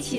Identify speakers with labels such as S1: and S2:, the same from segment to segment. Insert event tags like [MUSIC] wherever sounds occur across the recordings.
S1: 起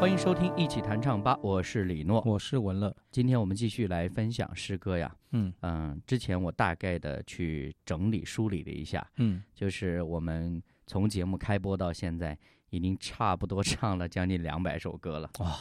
S2: 欢迎收听《一起弹唱吧》，我是李诺。
S3: 我是文乐，
S2: 今天我们继续来分享诗歌呀。
S3: 嗯
S2: 嗯、之前我大概的去整理梳理了一下，
S3: 嗯
S2: 就是我们从节目开播到现在，已经差不多唱了将近两百首歌了。
S3: 哇，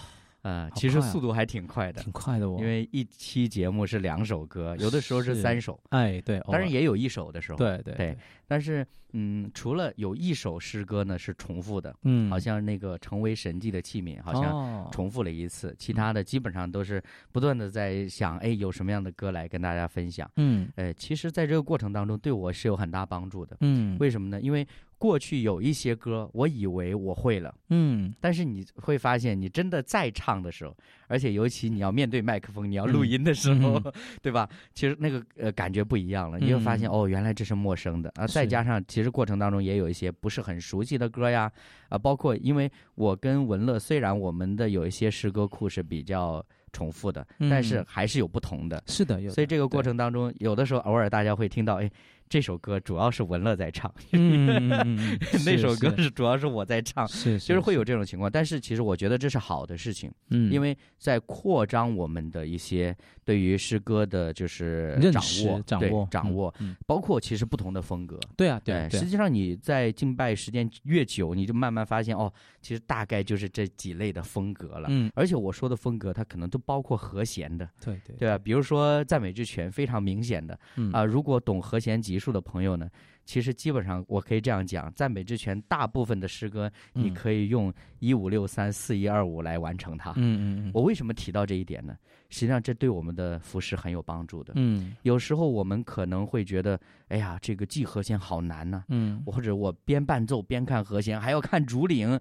S2: 呃，
S3: 好
S2: 其实
S3: 快啊
S2: 速度还挺快的，
S3: 挺快的哦，
S2: 因为一期节目是两首歌，有的时候是
S3: 是
S2: 三首，
S3: 哎对，偶
S2: 当然
S3: 尔
S2: 也有一首的时候。，
S3: 对对
S2: 对，但是嗯，除了有一首诗歌呢是重复的，
S3: 嗯，哦
S2: 好像那个成为神迹的器皿，好像
S3: 像
S2: 重复了一次，其他的基本上都是不断的在想，哎，有什么样的歌来跟大家分享。
S3: 嗯
S2: 呃，其实，在这个过程当中，对我是有很大帮助的。
S3: 嗯
S2: 为什么呢？因为过去有一些歌，我以为我会了，
S3: 嗯
S2: 但是你会发现，你真的在唱的时候，而且尤其你要面对麦克风，你要录
S3: 嗯
S2: 音的时候，
S3: 嗯
S2: 对吧？其实那个呃感觉不一样了，你会发现、
S3: 嗯
S2: 哦，原来这是陌生的啊。
S3: 是
S2: 再加上其实过程当中也有一些不是很熟悉的歌呀，啊，包括因为我跟文乐虽然我们的有一些诗歌库是比较重复的，
S3: 嗯
S2: 但是还是有不同的。
S3: 是的，有的
S2: 所以这个过
S3: 对
S2: 程当中，有的时候偶尔大家会听到，哎，这首歌主要是文乐在唱， [LAUGHS]
S3: 嗯嗯嗯嗯
S2: 那
S3: 是
S2: 首歌
S3: 是
S2: 是主要是我在唱，
S3: 是
S2: 就是会有这种情况。但是其实我觉得这是好的事情，
S3: 嗯，
S2: 因为在扩张我们的一些对于诗歌的，就是
S3: 认
S2: 掌
S3: 识
S2: 握、
S3: 掌
S2: 对
S3: 握
S2: 掌
S3: 嗯
S2: 握，哎
S3: 嗯
S2: 包括其实不同的风格。
S3: 对啊对
S2: 对，
S3: 啊
S2: 实
S3: 对啊
S2: 际上你在敬拜时间越久，你就慢慢发现哦，其实大概就是这几类的风格了。
S3: 嗯
S2: 而且我说的风格，它可能都包括和弦的，
S3: 对对
S2: 对吧？比如说赞美之泉非常明显的
S3: 嗯
S2: 啊、如果懂和弦级数的朋友呢，其实基本上我可以这样讲，赞美之泉大部分的诗歌，你
S3: 嗯
S2: 可以用一五六三四一二五来完成它。
S3: 嗯嗯嗯
S2: 啊我为什么提到这一点呢？实际上这对我们的服饰很有帮助的。
S3: 嗯
S2: 有时候我们可能会觉得，哎呀，这个记和弦好难呐、
S3: 嗯
S2: 或者我边伴奏边看和弦，还要看主领，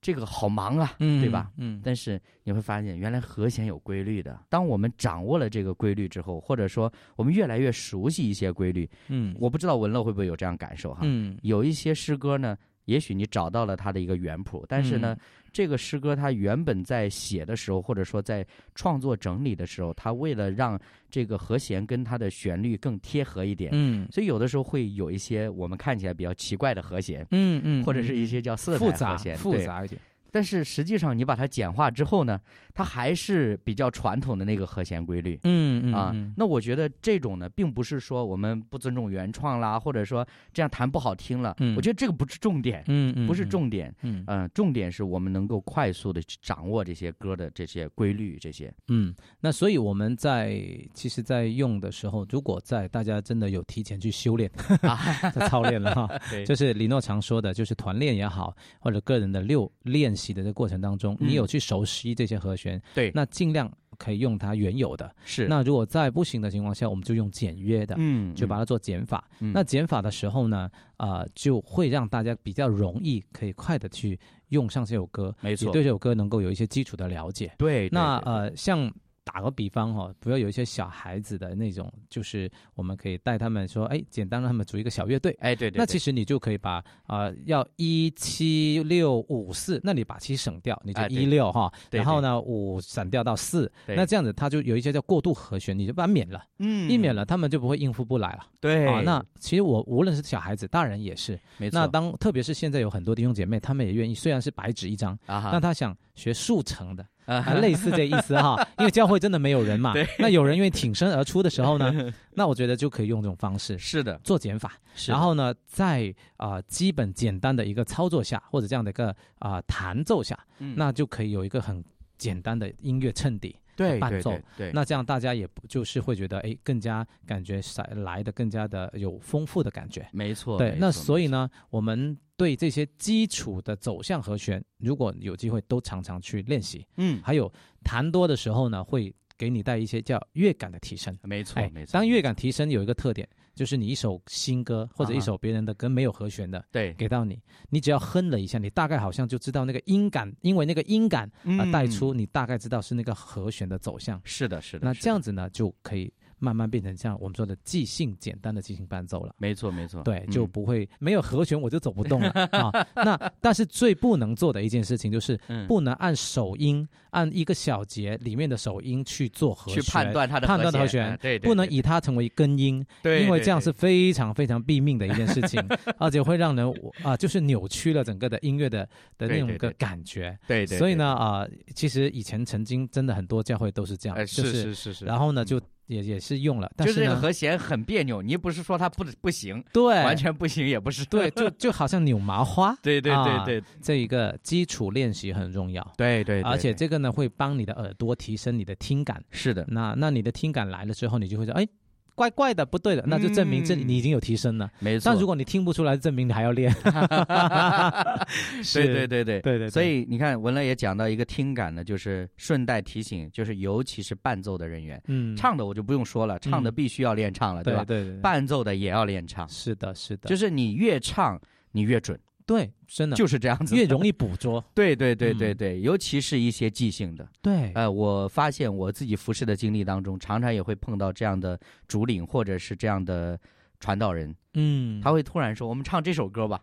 S2: 这个好忙啊，
S3: 嗯
S2: 对吧？？
S3: 嗯
S2: 但是你会发现，原来和弦有规律的。当我们掌握了这个规律之后，或者说我们越来越熟悉一些规律，
S3: 嗯
S2: 我不啊知道文乐会不会有这样感受哈。
S3: 嗯
S2: 有一些诗歌呢，也许你找到了它的一个原谱，但是呢，这个诗歌它原本在写的时候，或者说在创作整理的时候，它为了让这个和弦跟它的旋律更贴合一点，
S3: 嗯
S2: 所以有的时候会有一些我们看起来比较奇怪的和弦，
S3: 嗯嗯，
S2: 或者是
S3: 嗯
S2: 一些叫色
S3: 复
S2: 彩
S3: 杂
S2: 和弦，
S3: 复
S2: 对。
S3: 杂一点，
S2: 但是实际上你把它简化之后呢，它还是比较传统的那个和弦规律。
S3: 嗯嗯
S2: 啊
S3: 嗯，
S2: 那我觉得这种呢，并不是说我们不尊重原创啦，或者说这样弹不好听了。
S3: 嗯
S2: 我觉得这个不是重点，
S3: 嗯嗯
S2: 不是
S3: 嗯
S2: 重点。
S3: 嗯
S2: 嗯、重点是我们能够快速的去掌握这些歌的这些规律，这
S3: [LAUGHS]
S2: 些。
S3: 嗯，那所以我们在其实，在用的时候，如果在大家真的有提前去修炼、 [LAUGHS] 在操练了哈，
S2: 啊 [LAUGHS] 对
S3: 就是李诺常说的，就是团练也好，或者个人的六练习的这过程当中，
S2: 嗯
S3: 你有去熟悉这些和弦，
S2: 对
S3: 那尽量可以用它原有的。
S2: 是
S3: 那如果在不行的情况下，我们就用简约的，
S2: 嗯，
S3: 就把它做减法。
S2: 嗯
S3: 那减法的时候呢，呃，就会让大家比较容易可以快的去用上这首歌，
S2: 没错
S3: 也对这首歌能够有一些基础的了解。
S2: 对对
S3: 那
S2: 对
S3: 呃，像打个比方哈、哦，不要有一些小孩子的那种，就是我们可以带他们说，哎，简单让他们组一个小乐队。
S2: 哎对对，
S3: 那其
S2: 实
S3: 实你就可以把啊、呃要一七六五四，那你把七省掉，你就
S2: 哎对
S3: 一六哈，
S2: 对
S3: 然后呢五省掉到四，
S2: 对
S3: 那这样子它就有一些叫过渡和弦，你就把它免了，
S2: 嗯
S3: 一免了他们就不会应付不来了。
S2: 对
S3: 啊，那其实我无论是小孩子，大人也是。
S2: 没错
S3: 那当特别是现在有很多弟兄姐妹，他们也愿意，虽然是白纸一张，
S2: 啊哈
S3: 那他想学速成的，
S2: 啊
S3: 啊，类似这意
S2: [LAUGHS]
S3: 思哈，因为教会真的没有人嘛。那有人愿意挺身而出的时候
S2: [LAUGHS]
S3: 呢，那我觉得就可以用这种方式
S2: 是的，
S3: 做减法，
S2: 是的
S3: 然后呢，在啊、呃基本简单的一个操作下，或者这样的一个啊、呃弹奏下，
S2: 嗯
S3: 那就可以有一个很简单的音乐衬底。
S2: 对
S3: 伴
S2: 对
S3: 奏
S2: 对对
S3: 那这样大家也不就是会觉得，哎，更加感觉来来的更加的有丰富的感觉。
S2: 没错
S3: 对，那所以
S2: 呢，
S3: 呢，我们对这些基础的走向和弦，如果有机会都常常去练习。
S2: 嗯，
S3: 还有弹多的时候呢，会给你带一些叫乐感的提升。
S2: 没错
S3: 哎
S2: 没，错，啊
S3: 当乐感提升有一个特点，就是你一首新歌或者一首别人的跟没有和弦的
S2: 对，
S3: 给到你，你只要哼了一下，你大概好像就知道那个音感，因为那个音感啊、带出，你大概知道是那个和弦的走向。
S2: 是的，嗯是的，
S3: 那
S2: 是的
S3: 这样子呢，就可以慢慢变成像我们说的即兴简单的即兴伴奏了。
S2: 没错没错，
S3: 对，
S2: 嗯
S3: 就不会、没有和弦我就走不动了啊。那但是最不能做的一件事情就是
S2: 嗯
S3: 不能按首音，按一个小节里面的首音去做和
S2: 去
S3: 弦，
S2: 判断它的
S3: 判断
S2: 和
S3: 和
S2: 弦，
S3: 弦
S2: 哎对，对
S3: 不能
S2: 对
S3: 以它成为根音，
S2: 对，
S3: 因为
S2: 对
S3: 这样
S2: 对
S3: 是非常非常毙命的一件事
S2: [LAUGHS]
S3: 情，而且会让人啊、就是扭曲了整个的音乐的
S2: 对
S3: 的那种
S2: 对
S3: 个
S2: 对
S3: 感觉。
S2: 对对，
S3: 所以
S2: 对
S3: 呢，，啊、其实以前曾经真的很多教会都是这样，
S2: 哎，
S3: 就是
S2: 是是是，嗯
S3: 然后呢，就也也是用了，但
S2: 就是是这个
S3: 呢，
S2: 和弦很别扭，你不是说它不不行，
S3: 对，
S2: 完全不行也不是，，
S3: 对，就就好像扭麻花
S2: 哎对对
S3: 啊
S2: 对对
S3: 这一个基础练习很重要，
S2: 对对，
S3: 而且
S2: 对
S3: 这个呢会帮你的耳朵提升你的听感。
S2: 是的，
S3: 那那你的听感来了之后，你就会说，哎，怪怪的，不对的，那就证明这里
S2: 嗯
S3: 你已经有提升了。
S2: 没错。
S3: 但 [LAUGHS] 如果你听不出来，证明你还要练。
S2: 对
S3: [LAUGHS] 是
S2: [LAUGHS] 对对对
S3: 对对，
S2: 所以你看，文乐也讲到一个听感呢，就是顺带提醒，就是尤其是伴奏的人员，
S3: 嗯，
S2: 唱的我就不用说了，唱的
S3: 嗯
S2: 必须要练唱了，
S3: 对
S2: 吧？
S3: 对对，
S2: 伴奏的也要练唱，
S3: 是的，是的，
S2: 就是是你越唱你越准，
S3: 对，真的
S2: 就是这样子，
S3: 越容。易捕捉。
S2: 对对对对
S3: 嗯哎
S2: 对，尤其是一些即兴的，
S3: 对，
S2: 呃，我发现我自己服侍的经历当中，常常也会碰到这样的主领或者是这样的传道人，
S3: 嗯，
S2: 他会突然说：“我们唱这首歌
S3: [LAUGHS]
S2: 吧。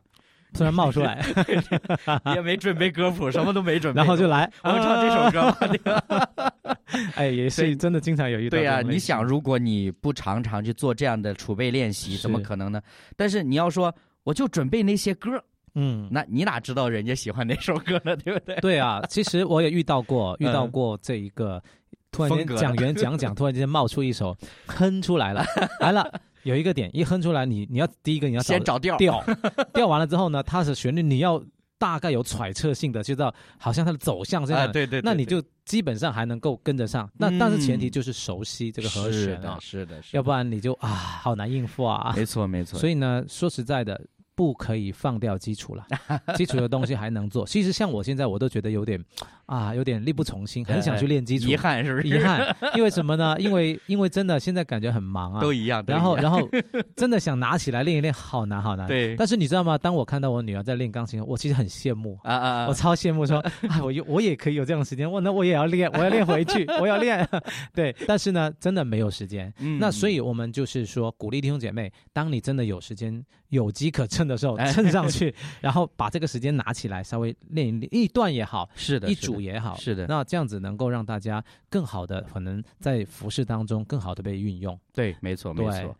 S3: 突然冒出
S2: [LAUGHS]
S3: 来，”
S2: 也没准备歌
S3: [LAUGHS]
S2: 谱，什么都没准备，
S3: 然后就来，
S2: 我们唱这首
S3: 啊， [LAUGHS]
S2: 歌 [LAUGHS] 吧。对吧
S3: 哎，也
S2: 对
S3: 是真的经常有遇到
S2: 对
S3: 这种
S2: 呀、
S3: 类型。
S2: 你想，如果你不常常去做这样的储备练习，怎么
S3: 是
S2: 可能呢？但是你要说，我就准备那些歌，
S3: 嗯，
S2: 那你哪知道人家喜欢哪首歌呢？对不 [LAUGHS] 对？
S3: 对啊，其实我也遇到过，遇到
S2: 嗯
S3: 过这一个，突然
S2: 风
S3: 间
S2: 格
S3: 讲
S2: [LAUGHS]
S3: 员讲讲，突然间冒出一首，哼出来了，来了，有一个点一哼出来，你你要第一个你要
S2: 先找
S3: 找
S2: 调儿，
S3: 调，调完了之后呢，它的旋律你要大概有揣测性的，就知道好像它的走向这
S2: 啊，
S3: 样，
S2: 对对对，
S3: 那你
S2: 对
S3: 就基本上还能够跟得上。那但是前提就是熟悉这个和
S2: 是
S3: 弦啊
S2: 的，，是的，是
S3: 要不
S2: 的
S3: 然你就啊好难应付啊。
S2: 没错没错，
S3: 所
S2: 以
S3: 以呢，说实在的，不可以放掉基础了，
S2: [LAUGHS]
S3: 基础的东西还能做。其实像我现在，我都觉得有点啊，有点力不从心，很想去练基础，
S2: 哎遗憾是不是？
S3: [LAUGHS] 遗憾，因为什么呢？因为因为真的现在感觉很忙啊
S2: 都，一样，都
S3: 然后
S2: 一样
S3: 然后真的想拿起来练一练，好难好难。。
S2: 对
S3: 但是你知道吗？当我看到我女儿在练钢琴，我其实很羡慕。
S2: 啊啊，
S3: 我
S2: 啊
S3: 超羡
S2: [LAUGHS]
S3: 慕说，哎，我有我也可以有这样的时间，我那我也要练，我要练回去，我要
S2: [LAUGHS]
S3: 练。对，但是呢，真的没有时间。
S2: 嗯
S3: 那所以我们就是说，鼓励弟兄姐妹，当你真的有时间、有机可乘的时候，
S2: 哎 [LAUGHS]
S3: 乘上去，然后把这个时间拿起来，稍微练一练一段也好，
S2: 是的，
S3: 一
S2: 是的
S3: 组也好，
S2: 是的，
S3: 那这样子能够让大家更好的，可能在服饰当中更好的被运用。
S2: 对，没错，没
S3: 对
S2: 错。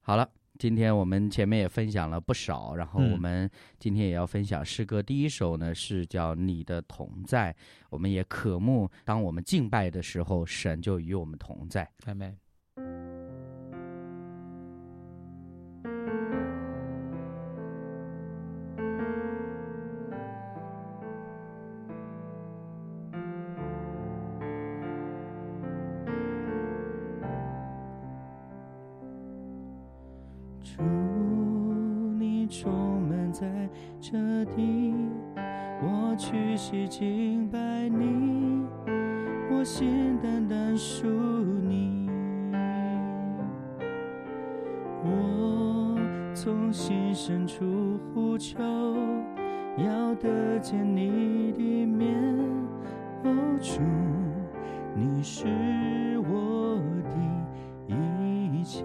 S2: 好了，今天我们前面也分享了不少，然后我
S3: 嗯
S2: 们今天也要分享诗歌。第一首呢是叫《你的同在》，我们也渴慕，当我们敬拜的时候，神就与我们同在。
S3: 阿妹，
S4: 主，你充满在这地，我屈膝敬拜你，我心单单属你。我从心深处呼求，要得见你的面。哦，主，你是我的一切。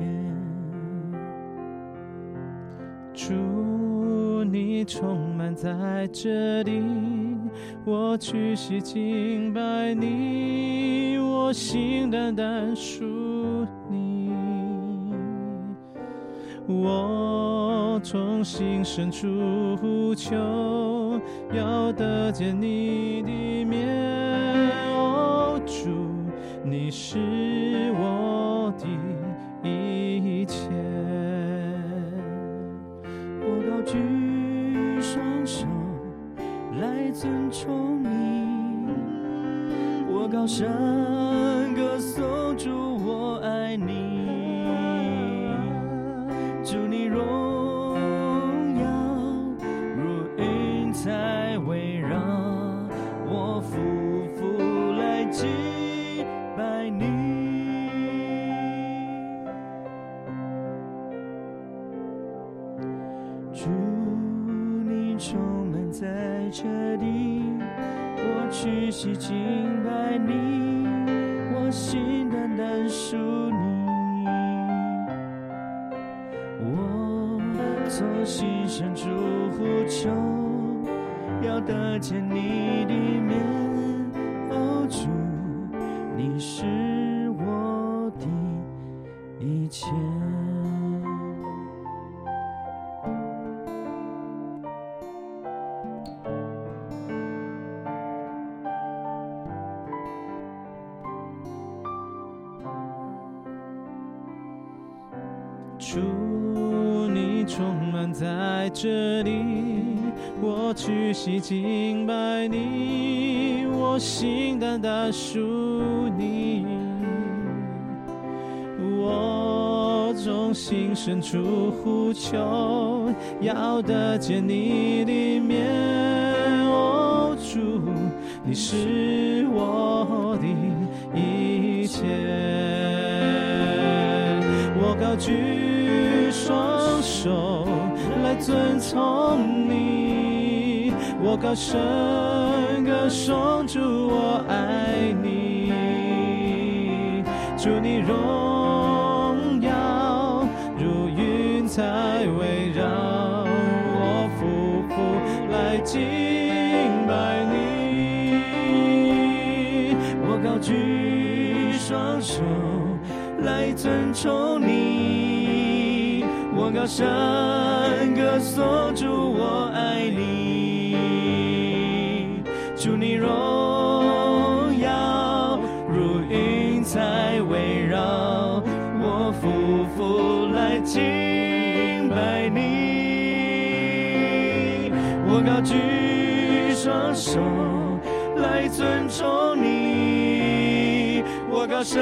S3: 祝你充满在这里，我屈膝敬拜你，我心单单属你。我从心深处呼求，要得见你的面。哦，主，你是我的一切。
S4: 我高举双手来尊崇你，我高声歌颂主，我爱你，祝你荣耀如云彩围绕，我夫妇来敬拜你。去洗净白你，我心单单属你。我做心上主呼求，要得见你的面，哦主，你是我的一切。
S3: 主，你充满在这里，我屈膝敬拜你，我心单单属你。我从心深处呼求，要得见你的面。哦，主，你是我的一切。我高举双手来尊崇你，我高声歌颂主，我爱你，祝你荣耀如云彩围绕，我夫妇来敬拜你，我高举双手。
S4: 来尊崇你，我高声歌颂主，我爱你，祝你荣耀如云彩围绕，我夫妇来敬拜你，我高举双手来尊崇你，我高声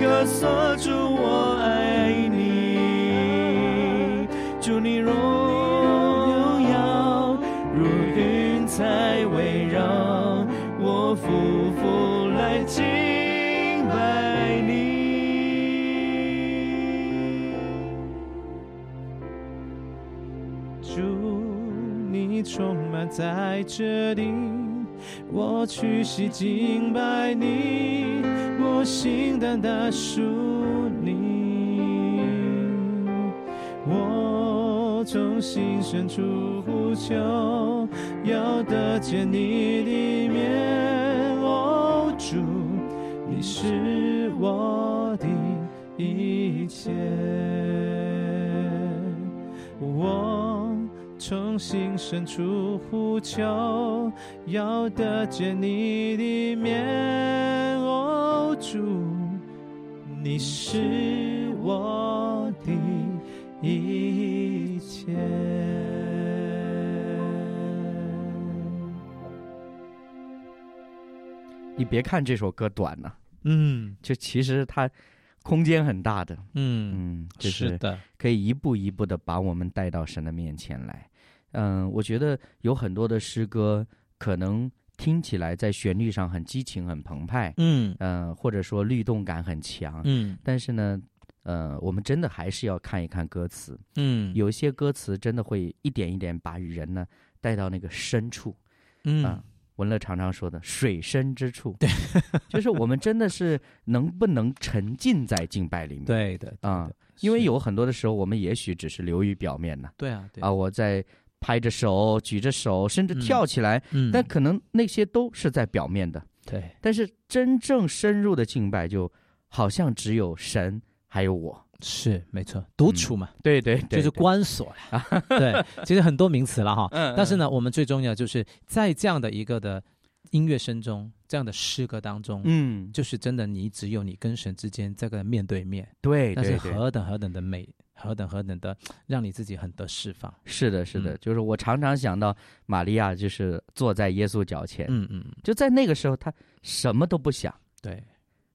S4: 歌颂主，我爱你，祝你荣耀如云彩围绕，我夫妇来敬拜你。
S3: 主，你充满在这里，我屈膝敬拜你，我心单单属你。我从心深处呼求，要得见你的面，哦，主，你是我的一切。我从心深处呼求，要得见你的面，哦，主，你是我的一切。
S2: 你别看这首歌短呢、
S3: 嗯
S2: 就其实它空间很大的，
S3: 嗯，
S2: 嗯，就是
S3: 的，
S2: 可以一步一步的把我们带到神的面前来。嗯，我觉得有很多的诗歌可能听起来在旋律上很激情、很澎湃，
S3: 嗯
S2: 嗯、或者说律动感很强，
S3: 嗯
S2: 但是呢，呃，我们真的还是要看一看歌词，
S3: 嗯
S2: 有一些歌词真的会一点一点把人呢带到那个深处。
S3: 嗯
S2: 啊文乐常常说
S3: [LAUGHS]
S2: 的“水深之处”，对， [LAUGHS] 就是我们真的是能不能沉浸在敬拜里面？
S3: 对的
S2: 啊
S3: 对的
S2: 因为
S3: 是
S2: 有很多的时候，我们也许只是流于表面呢。
S3: 对啊对
S2: 啊，，我在拍着手、举着手，甚至
S3: 嗯
S2: 跳起来，
S3: 嗯
S2: 但可能那些都是在表面的。
S3: 对
S2: 但是真正深入的敬拜，就好像只有神还有我。
S3: 是没错，独
S2: 嗯
S3: 处嘛，
S2: 对对对，
S3: 就是
S2: 光
S3: 关锁了。对，其实很多名词了哈，
S2: 嗯
S3: 但是呢，我们最重要就是在这样的一个的音乐声中，这样的诗歌当中，
S2: 嗯，
S3: 就是真的你只有你跟神之间这个面对面，
S2: 对
S3: 但是
S2: 对对，
S3: 何等何等的美，何等何等的让你自己很得释放。
S2: 是的，是的，
S3: 嗯
S2: 就是我常常想到玛利亚，就是坐在耶稣脚前，
S3: 嗯嗯，
S2: 就在那个时候，她什么都不想。
S3: 对，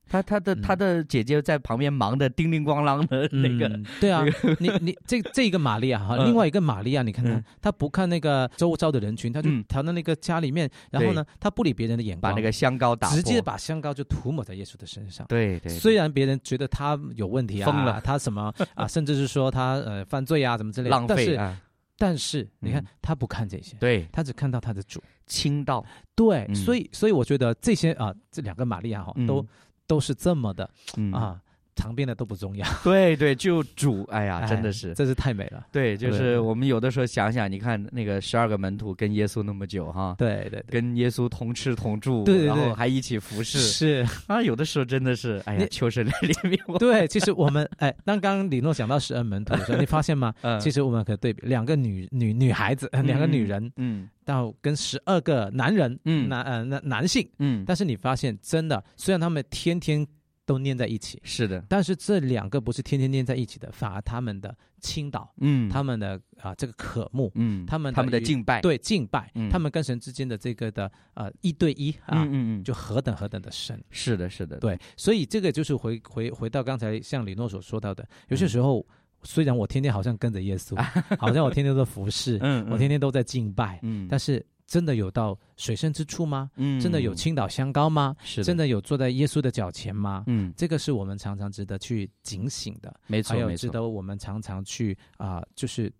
S2: 她她的
S3: 嗯
S2: 她的姐姐在旁边忙得叮叮咣啷的那个，
S3: 嗯 [LAUGHS]
S2: [LAUGHS]
S3: 对啊，你你这这一个玛利亚哈，
S2: 嗯
S3: 另外一个玛利亚，你看她
S2: 嗯，
S3: 她不看那个周遭的人群，她就
S2: 嗯
S3: 调到那个家里面，然后呢，她不理别人的眼
S2: 把
S3: 光，
S2: 那个香膏打破，
S3: 直接把香膏就涂抹在耶稣的身上。
S2: 对对，对
S3: 虽然别人觉得他有问题啊，
S2: 疯了 [LAUGHS]
S3: 他什么啊，甚至是说他呃犯罪啊，什么之类的，
S2: 浪
S3: 但
S2: 费
S3: 是
S2: 啊，
S3: 但是你看
S2: 嗯，
S3: 他不看这些，
S2: 对，
S3: 他只看到他的主。
S2: 清道，
S3: 对，
S2: 嗯
S3: 哎所以所以我觉得这些啊，这两个玛利亚哈，
S2: 嗯
S3: 都都是这么的
S2: 嗯，
S3: 啊，旁边的都不重要
S2: 对对，就主，哎呀，真
S3: 哎
S2: 的是。
S3: 真是太美
S2: [LAUGHS]
S3: 了。
S2: 对，就
S3: 对
S2: 是我们有的时候想想，你看那个十二个门徒跟耶稣那么久哈，
S3: 对对对，
S2: 跟耶稣同吃同住，
S3: 对对
S2: 然
S3: 对
S2: 后还一起服侍
S3: 是，
S2: 啊，有的时候真的是，哎呀
S3: 那，
S2: 求神来怜悯我。
S3: 对，其实我们哎，刚刚李诺讲到十二门徒的
S2: [LAUGHS]
S3: 时候，你发现吗？
S2: 嗯
S3: 其实我们可以对比两个女女女孩子，呃两个女人，
S2: 嗯
S3: 到跟十二个男人，
S2: 嗯
S3: 男呃男男性，
S2: 嗯，
S3: 但是你发现真的，虽然他们天天都念在一起，
S2: 是的，
S3: 但是这两个不是天天念在一起的，反而他们的倾倒，
S2: 嗯，
S3: 他们的啊这个渴慕，
S2: 嗯，
S3: 他们的
S2: 他们的
S3: 与
S2: 敬拜，
S3: 对敬拜
S2: 嗯，
S3: 他们跟神之间的这个的呃一对一
S2: 嗯，
S3: 啊
S2: 嗯，嗯嗯，
S3: 就何等何等的深。
S2: 是的，是的，
S3: 对，所以这个就是回回回到刚才像李诺所说到的，有
S2: 嗯
S3: 些时候虽然我天天好像跟着
S2: [LAUGHS]
S3: 耶稣，好像我天天都在服侍，
S2: 嗯，嗯，
S3: 我天天都在敬拜，
S2: 嗯，
S3: 但是真的有到水深之处吗？
S2: 嗯，
S3: 真的有倾倒香膏吗？
S2: 是
S3: 真
S2: 的，
S3: 的有坐在耶稣的脚前吗？
S2: 嗯，
S3: 这个是我们常常值得去警醒的，
S2: 没
S3: 还
S2: 错，
S3: 有
S2: 没
S3: 值
S2: 错，
S3: 得我们常常去啊、就是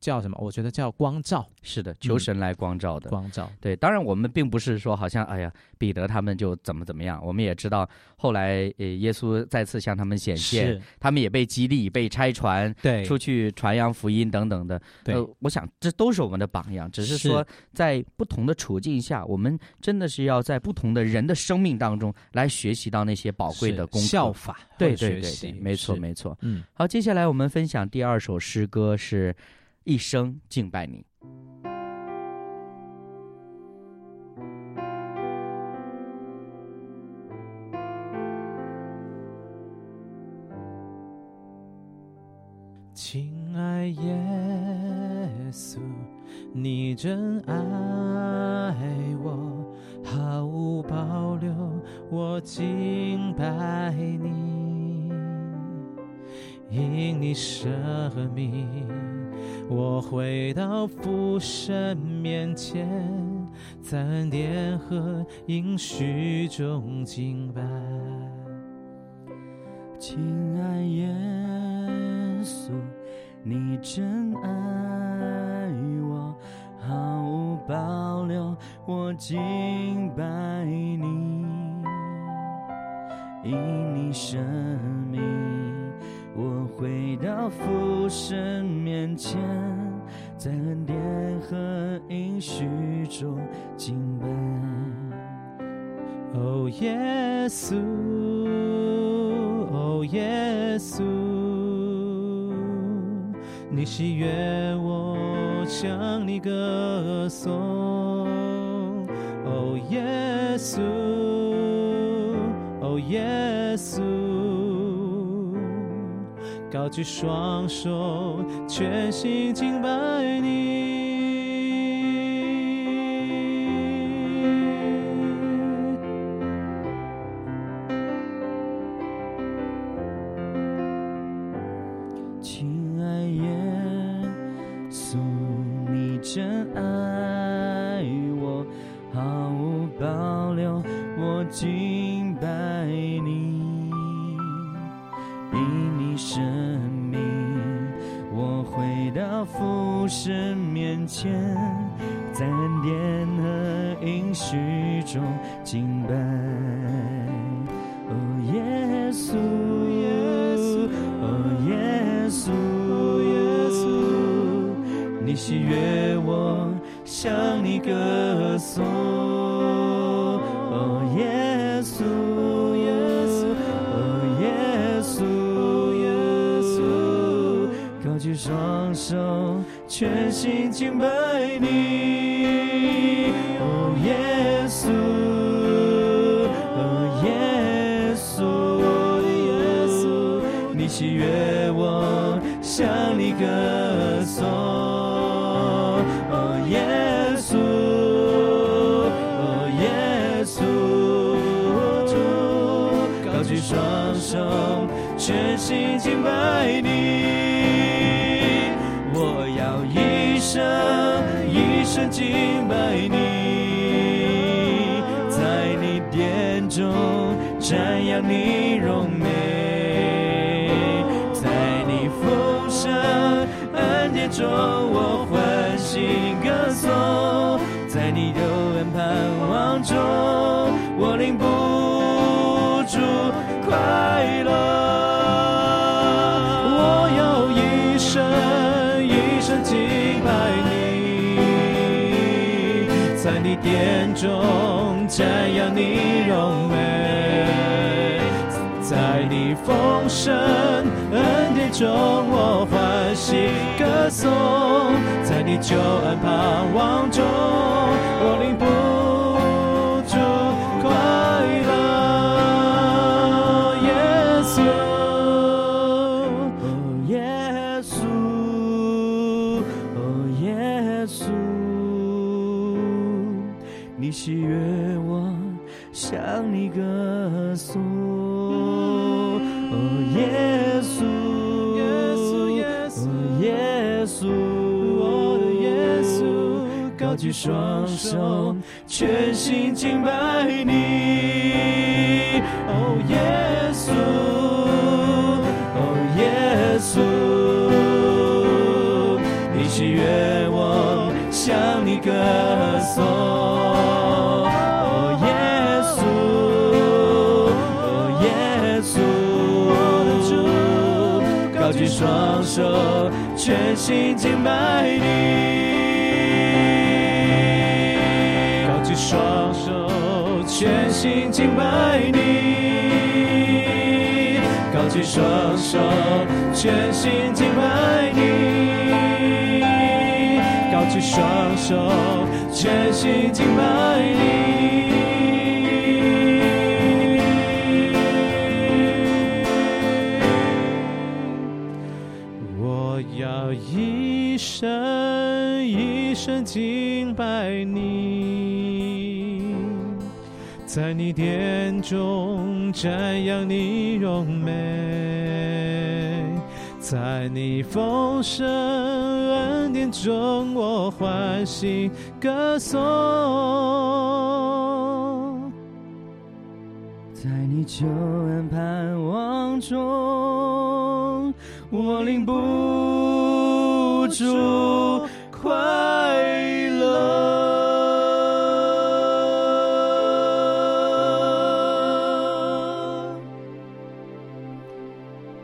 S3: 叫什么？我觉得叫光照，
S2: 是的，求
S3: 嗯
S2: 神来光照的。
S3: 光照。
S2: 对，当然我们并不是说好像哎呀彼得他们就怎么怎么样，我们也知道后来呃耶稣再次向他们显现，
S3: 是，
S2: 他们也被激励、被拆船，
S3: 对，
S2: 出去传扬福音等等的。
S3: 对
S2: 呃，我想这都是我们的榜样，只是
S3: 是
S2: 说在不同的处境下，我们真的是要在不同的人的生命当中来学习到那些宝贵
S3: 是
S2: 的功
S3: 效
S2: 课。
S3: 法，
S2: 对
S3: 或者
S2: 对对
S3: 学习
S2: 对，没错
S3: 是
S2: 没错。
S3: 嗯，
S2: 好，接下来我们分享第二首诗歌是《一生敬拜你》。
S3: 亲爱耶稣，你真爱我，毫无保留，我敬拜你，因你舍命，我回到父神面前，在恩典和应许中敬拜。
S4: 亲爱耶稣，你真爱我，毫无保留，我敬拜你，因你生命，我回到父神面前，在恩典和应许中敬拜。
S3: 哦，耶稣，哦，耶稣，你喜悦我向你歌颂。哦，耶稣，哦，耶稣，高举双手，全心敬拜你。
S4: 亲爱耶稣，你真爱我，毫无保留，我敬拜你，因你生命，我回到父神面前，在恩典和应许中敬拜。哦，耶稣，哦耶稣。哦，耶稣，哦耶稣，你喜悦我向你歌颂。哦，耶稣，耶稣，哦，耶稣，耶稣，高举双手，全心敬拜你。哦，耶稣，哦，耶稣，耶稣。你喜悦我向你歌颂。哦，耶稣，哦，耶稣，主，高举双手，全心敬拜你。我要一生一生敬拜你，在你殿中瞻仰你容美，在你丰盛恩典中我欢
S3: 中，我领不住快乐。我要一生一生敬拜你，在你殿中瞻仰你容美，在你丰盛恩典中我欢喜歌颂，在你救恩盼望中我领不住快乐，耶稣。
S4: 哦耶稣，哦耶稣，你喜悦我向你歌颂。哦耶稣，
S3: 耶稣耶
S4: 哦耶稣，
S3: 稣我的耶稣
S4: 高举双手，全心敬拜你。，Oh
S3: 哦，耶稣，哦，耶稣，你喜悦我向你歌颂。哦，耶稣，哦，耶稣，我的主，高举双手，全心敬拜你，高举双手，全心敬拜你，高举双手，全心敬拜你，高举双手，全心敬拜你。我要一生一生敬拜你，在你殿中瞻仰你容美，在你丰盛恩典中我欢喜歌颂。
S4: 在你救恩盼望中，我领不住快乐。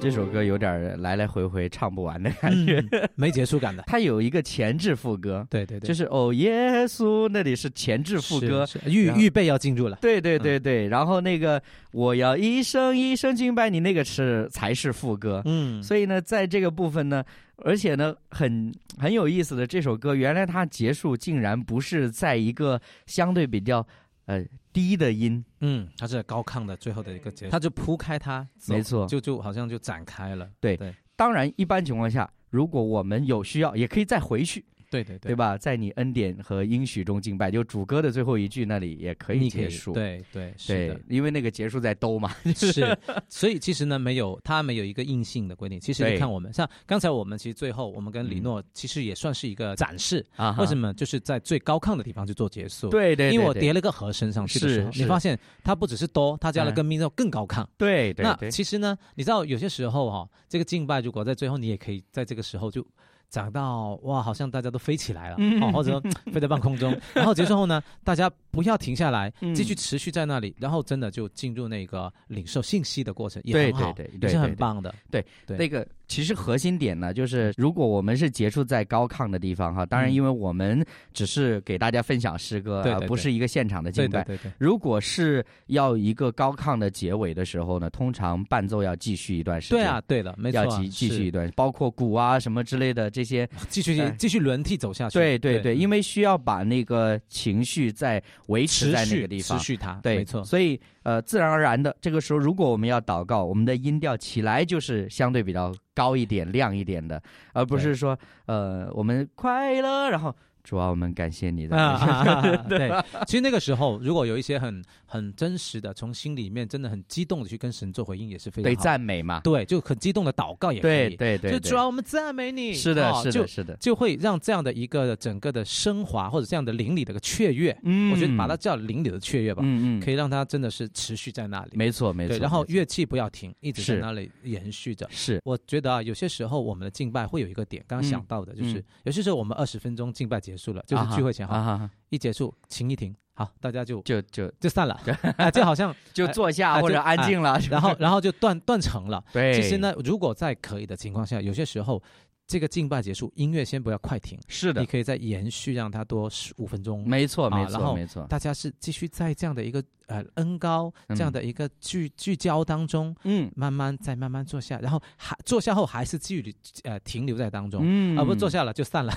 S2: 这首歌有点儿来来回回唱不完的感觉。
S3: 嗯没结束感的，
S2: 它有一个前置副歌，
S3: 对对对，
S2: 就是哦耶稣那里是前置
S3: 是
S2: 副歌，
S3: 是嗯预
S2: 然后
S3: 预备要进入了，
S2: 对对对对，然后那个我要一生一生敬拜你那个是才是副歌，
S3: 嗯，
S2: 所以呢，在这个部分呢，而且呢，很很有意思的这首歌，原来它结束竟然不是在一个相对比较呃低的音，
S3: 嗯，它是高亢的最后的一个结束，它就铺开它，走
S2: 没错
S3: 就就好像就展开了，
S2: 对
S3: 对
S2: 当然一般情况下，如果我们有需要，也可以再回去，
S3: 对对
S2: 对？吧？在你恩典和应许中敬拜，就主歌的最后一句那里也可以
S3: 你可以
S2: 结束，
S3: 对对是
S2: 对 [LAUGHS]
S3: 的，，
S2: 因为那个结束在兜嘛，
S3: 是，所以其实呢，没有它没有一个硬性的规定。其实你
S2: 对
S3: 看我们，像刚才我们其实最后我们跟李
S2: 嗯
S3: 诺其实也算是一个展示，
S2: 啊哈
S3: 为什？么就是在最高亢的地方去做结束？，
S2: 对对，
S3: 因为我
S2: 对
S3: 叠了个和声上去的时候，
S2: 是
S3: 你
S2: 是
S3: 发现它不只是哆，它加了
S2: 嗯
S3: 个咪，之后更高亢。
S2: 对对
S3: 那
S2: 对，
S3: 其实呢，你知道有些时候哈、这个敬拜如果在最后，你也可以在这个时候就讲到哇，好像大家都飞起来了，
S2: 嗯
S3: 哦，或
S2: [LAUGHS]
S3: 者说飞在半空中，然后结束后呢，大家不要停下来，
S2: 嗯
S3: 继续持续在那里，然后真的就进入那个领受信息的过程，也
S2: 对
S3: 很好，
S2: 对对
S3: 也
S2: 对
S3: 是
S2: 对
S3: 很
S2: 对
S3: 棒的。对
S2: 那个其实核心点呢，就是如果我们是结束在高亢的地方哈，当然
S3: 嗯
S2: 因为我们只是给大家分享诗歌，
S3: 对
S2: 啊
S3: 对
S2: 不
S3: 对
S2: 是一个现场的
S3: 对
S2: 敬
S3: 对
S2: 拜。
S3: 对对，
S2: 如果是要一个高亢的结尾的时候呢，通常伴奏要继续一段时间，
S3: 对啊，，对了，没错
S2: 要
S3: 啊、
S2: 继继
S3: 是
S2: 续一段，包括鼓啊什么之类的这些，[LAUGHS]
S3: 继续
S2: 哎
S3: 继续轮替走下去。
S2: 对对
S3: 对嗯
S2: 对，，因为需要把那个情绪再维持
S3: 持
S2: 在那
S3: 续
S2: 个地
S3: 持
S2: 方，
S3: 续它，
S2: 对，
S3: 没错。
S2: 所以呃，自然而然的，这个时候如果我们要祷告，我们的音调起来就是相对比较高一点、亮一点的，而不是说呃，我们快乐，然后主啊，我们感谢你的。
S3: [LAUGHS] 啊，对，其实那个时候，如果有一些很很真实的，从心里面真的很激动的去跟神做回应，也是非常
S2: 对
S3: 好，
S2: 赞美嘛，
S3: 对，就很激动的祷告也可
S2: 对
S3: 以，
S2: 对对，
S3: 哎就主要啊我们赞美你，
S2: 对是的，
S3: 哦
S2: 是
S3: 就
S2: 的，是的，
S3: 就会让这样的一个整个的升华或者这样的灵里的一个雀跃，
S2: 嗯
S3: 我觉得把它叫灵里的雀跃吧，
S2: 嗯嗯，
S3: 可以让它真的是持续在那里，
S2: 没错没错。
S3: 对，然后
S2: 没错
S3: 乐器不要停，一直在
S2: 是
S3: 那里延续着。
S2: 是
S3: 我觉得啊，有些时候我们的敬拜会有一个点，刚刚想到的就是，
S2: 嗯
S3: 有些时候我们二十分钟敬拜结束了，就是聚会前
S2: 啊
S3: 哈，
S2: 哈，啊哈
S3: 一结束情一停，好，大
S2: [LAUGHS]
S3: 家就
S2: 就就
S3: 就散了，啊，就好
S2: [LAUGHS]
S3: 像，
S2: 就坐下
S3: 哎
S2: 或者
S3: 就
S2: 安静了，是吧 [LAUGHS]
S3: 然后然后就断断层了。
S2: 对，
S3: 其实呢，如果在可以的情况下，有些时候这个敬拜结束，音乐先不要快停，
S2: 是的
S3: 你，可以再延续，让它多十五分钟。
S2: 没错
S3: 啊
S2: 没
S3: 然
S2: 错
S3: 后
S2: 没错，
S3: 大家是继续在这样的一个呃恩高这样
S2: 嗯
S3: 的一个聚聚焦当中，
S2: 嗯
S3: 慢慢再慢慢坐下，然后还坐下后还是继续呃停留在当中，
S2: 嗯
S3: 而不是坐下了就散
S2: [LAUGHS]
S3: 了。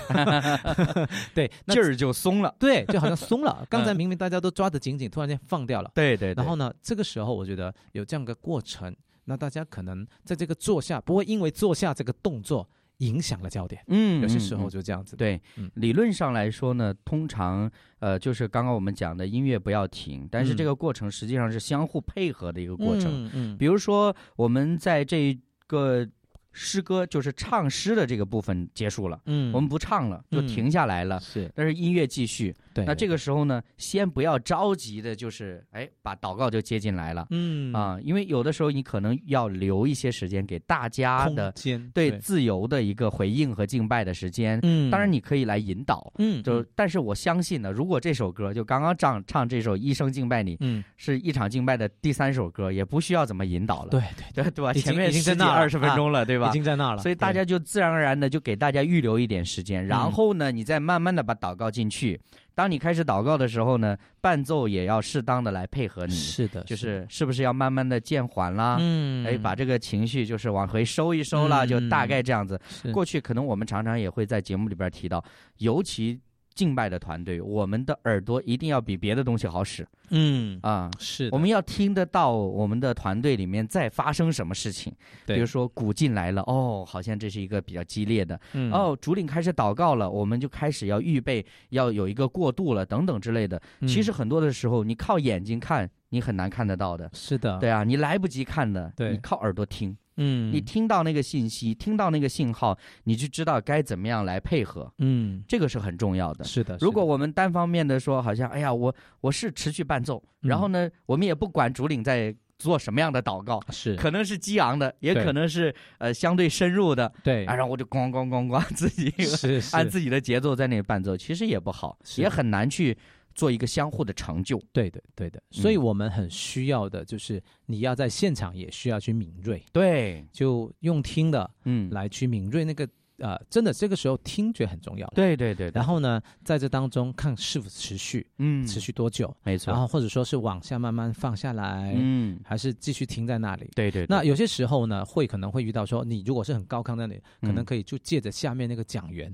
S3: 对，那
S2: 劲儿嗯就松了，
S3: 对，就好像松
S2: [LAUGHS]
S3: 了。刚才明明大家都抓得紧紧，突然间放掉了。
S2: 对对，
S3: 然后
S2: 对
S3: 呢，这个时候我觉得有这样个过程，那大家可能在这个坐下，不会因为坐下这个动作影响了焦点。
S2: 嗯，
S3: 有些
S2: 嗯
S3: 时
S2: 嗯
S3: 候就这样子。
S2: 对
S3: 嗯，
S2: 理论上来说呢，通常呃就是刚刚我们讲的音乐不要停，但是这
S3: 嗯
S2: 个过程实际上是相互配合的一个过程。
S3: 嗯，嗯
S2: 比如说我们在这一个诗歌就是唱诗的这个部分结束了，
S3: 嗯，
S2: 我们不唱了，就
S3: 嗯
S2: 停下来了。
S3: 是
S2: 但是音乐继续，
S3: 对。
S2: 那这个时候呢，先不要着急的，就是哎，把祷告就接进来了、
S3: 嗯
S2: 啊，因为有的时候你可能要留一些时间给大家
S3: 空
S2: 的
S3: 间
S2: 对自由的一个回应和敬拜的时间。
S3: 嗯，
S2: 当然，你可以来引导，
S3: 嗯
S2: 就但是我相信呢，如果这首歌就刚刚唱唱这首《一生敬拜你》
S3: 嗯，
S2: 是一场敬拜的第三首歌，也不需要怎么引导了，
S3: 对对，
S2: 对对吧？
S3: 已经
S2: 前面
S3: 已经
S2: 十
S3: 在
S2: 几
S3: 那儿了啊
S2: 二十分钟了，对
S3: 嗯
S2: 吧？
S3: 已经在那儿了，
S2: 所以大
S3: 对嗯
S2: 家就自然而然的就给大家预留一点时间，然后呢，你再慢慢的把祷告进去。当你开始祷告的时候呢，伴奏也要适当的来配合你，
S3: 是的，
S2: 就是是是不是要慢慢的渐缓
S3: 的
S2: 啦？
S3: 嗯，
S2: 哎，把这个情绪就是往回收一收啦，
S3: 嗯
S2: 就大
S3: 嗯
S2: 概这样子。
S3: 是
S2: 过去可能我们常常也会在节目里边提到，尤其敬拜的团队，我们的耳朵一定要比别的东西好使
S3: 嗯
S2: 啊。
S3: 是的
S2: 我们要听得到我们的团队里面在发生什么事情，比
S3: 对
S2: 如说鼓进来了，哦，好像这是一个比较激烈的，
S3: 嗯
S2: 哦，竹岭开始祷告了，我们就开始要预备，要有一个过渡了，等等之类的。其
S3: 嗯
S2: 实很多的时候，你靠眼睛看，你很难看得到的，
S3: 是的，
S2: 对啊，你来不及看的，
S3: 对
S2: 你靠耳朵听，
S3: 嗯，
S2: 你听到那个信息，听到那个信号，你就知道该怎么样来配合。
S3: 嗯
S2: 这个是很重要的。
S3: 是的，
S2: 如果
S3: 是的
S2: 我们单方面的说，好像哎呀，我我是持续伴奏，
S3: 嗯
S2: 然后呢，我们也不管主领在做什么样的祷告，
S3: 是
S2: 可能是激昂的，也
S3: 对
S2: 可能是呃相对深入的， [LAUGHS]
S3: 对
S2: 啊，然后我就咣咣咣咣自己
S3: [LAUGHS] 是
S2: [LAUGHS]
S3: 是
S2: 按自己的节奏在那里伴奏，其实也不好，
S3: 是
S2: 也很难去做一个相互的成就。
S3: 对的对的，所以
S2: 嗯
S3: 我们很需要的就是你要在现场也需要去敏锐，
S2: 对，
S3: 就用听的
S2: 嗯，
S3: 来去敏锐那个呃，真的这个时候听觉很重要。。
S2: 对对对，
S3: 然后呢，在这当中看是否持续，
S2: 嗯，
S3: 持续多久，
S2: 没
S3: 然
S2: 错，
S3: 后或哎者说是往下慢慢放下来，
S2: 嗯，
S3: 还是继续停在那里。
S2: 对对，对
S3: 那有些时候呢，会可能会遇到说，你如果是很高亢的你，可能
S2: 嗯
S3: 可以就借着下面那个讲员，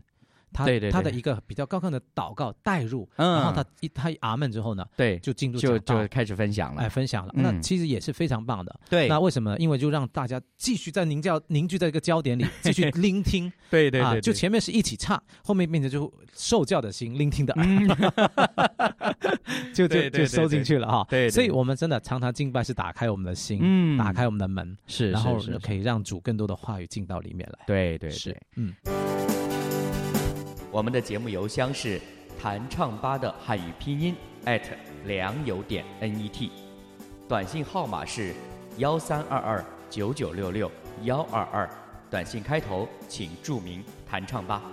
S3: 他
S2: 对对
S3: 他
S2: 对
S3: 的一个比较高亢的祷告带入，
S2: 嗯，
S3: 然后他一他一阿门之后呢，
S2: 对
S3: 就进入
S2: 就
S3: 讲道
S2: 就开始分享
S3: 哎
S2: 了，
S3: 分享了，那
S2: 嗯
S3: 其实也是非常棒的。
S2: 对
S3: 那为什么呢？因为就让大家继续在凝教凝聚在一个
S2: [LAUGHS]
S3: 焦点里，继续聆听
S2: 对对
S3: 啊，
S2: 对，
S3: 就
S2: 对
S3: 前面是一起唱，后面变成就受教的心，聆听的耳。
S2: 嗯
S3: [LAUGHS] 就
S2: 对
S3: 就
S2: 对
S3: 就收进去了哈。
S2: 对对
S3: 所以我们真的常常敬拜是打开我们的心，
S2: 嗯
S3: 打开我们的门，
S2: 是，
S3: 然
S2: 是
S3: 后
S2: 是
S3: 可以让主更多的话语进到里面来。
S2: 对对
S3: 是
S2: 对，，
S3: 嗯，
S2: 我们的节目邮箱是弹唱吧的汉语拼音 at 良友点 net，短信号码是幺三二二九九六六幺二二，短信开头请注明弹唱吧。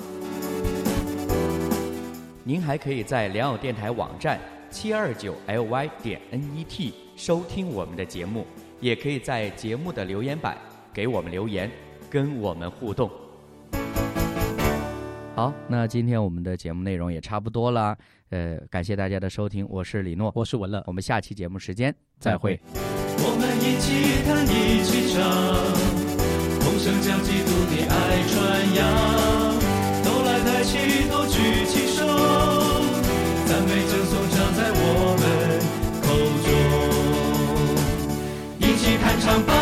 S2: 您还可以在良友电台网站七二九 ly 点 net 收听我们的节目，也可以在节目的留言板给我们留言，跟我们互动。好，那今天我们的节目内容也差不多了，呃，感谢大家的收听，我是李诺，
S3: 我是文乐，
S2: 我们下期节目时间再
S3: 再
S2: 会
S3: 会。
S5: 我们一起弹，一起唱，同声将基督的爱传扬。都来抬起头，举起手，赞美称颂常在我们口中。一起弹唱吧，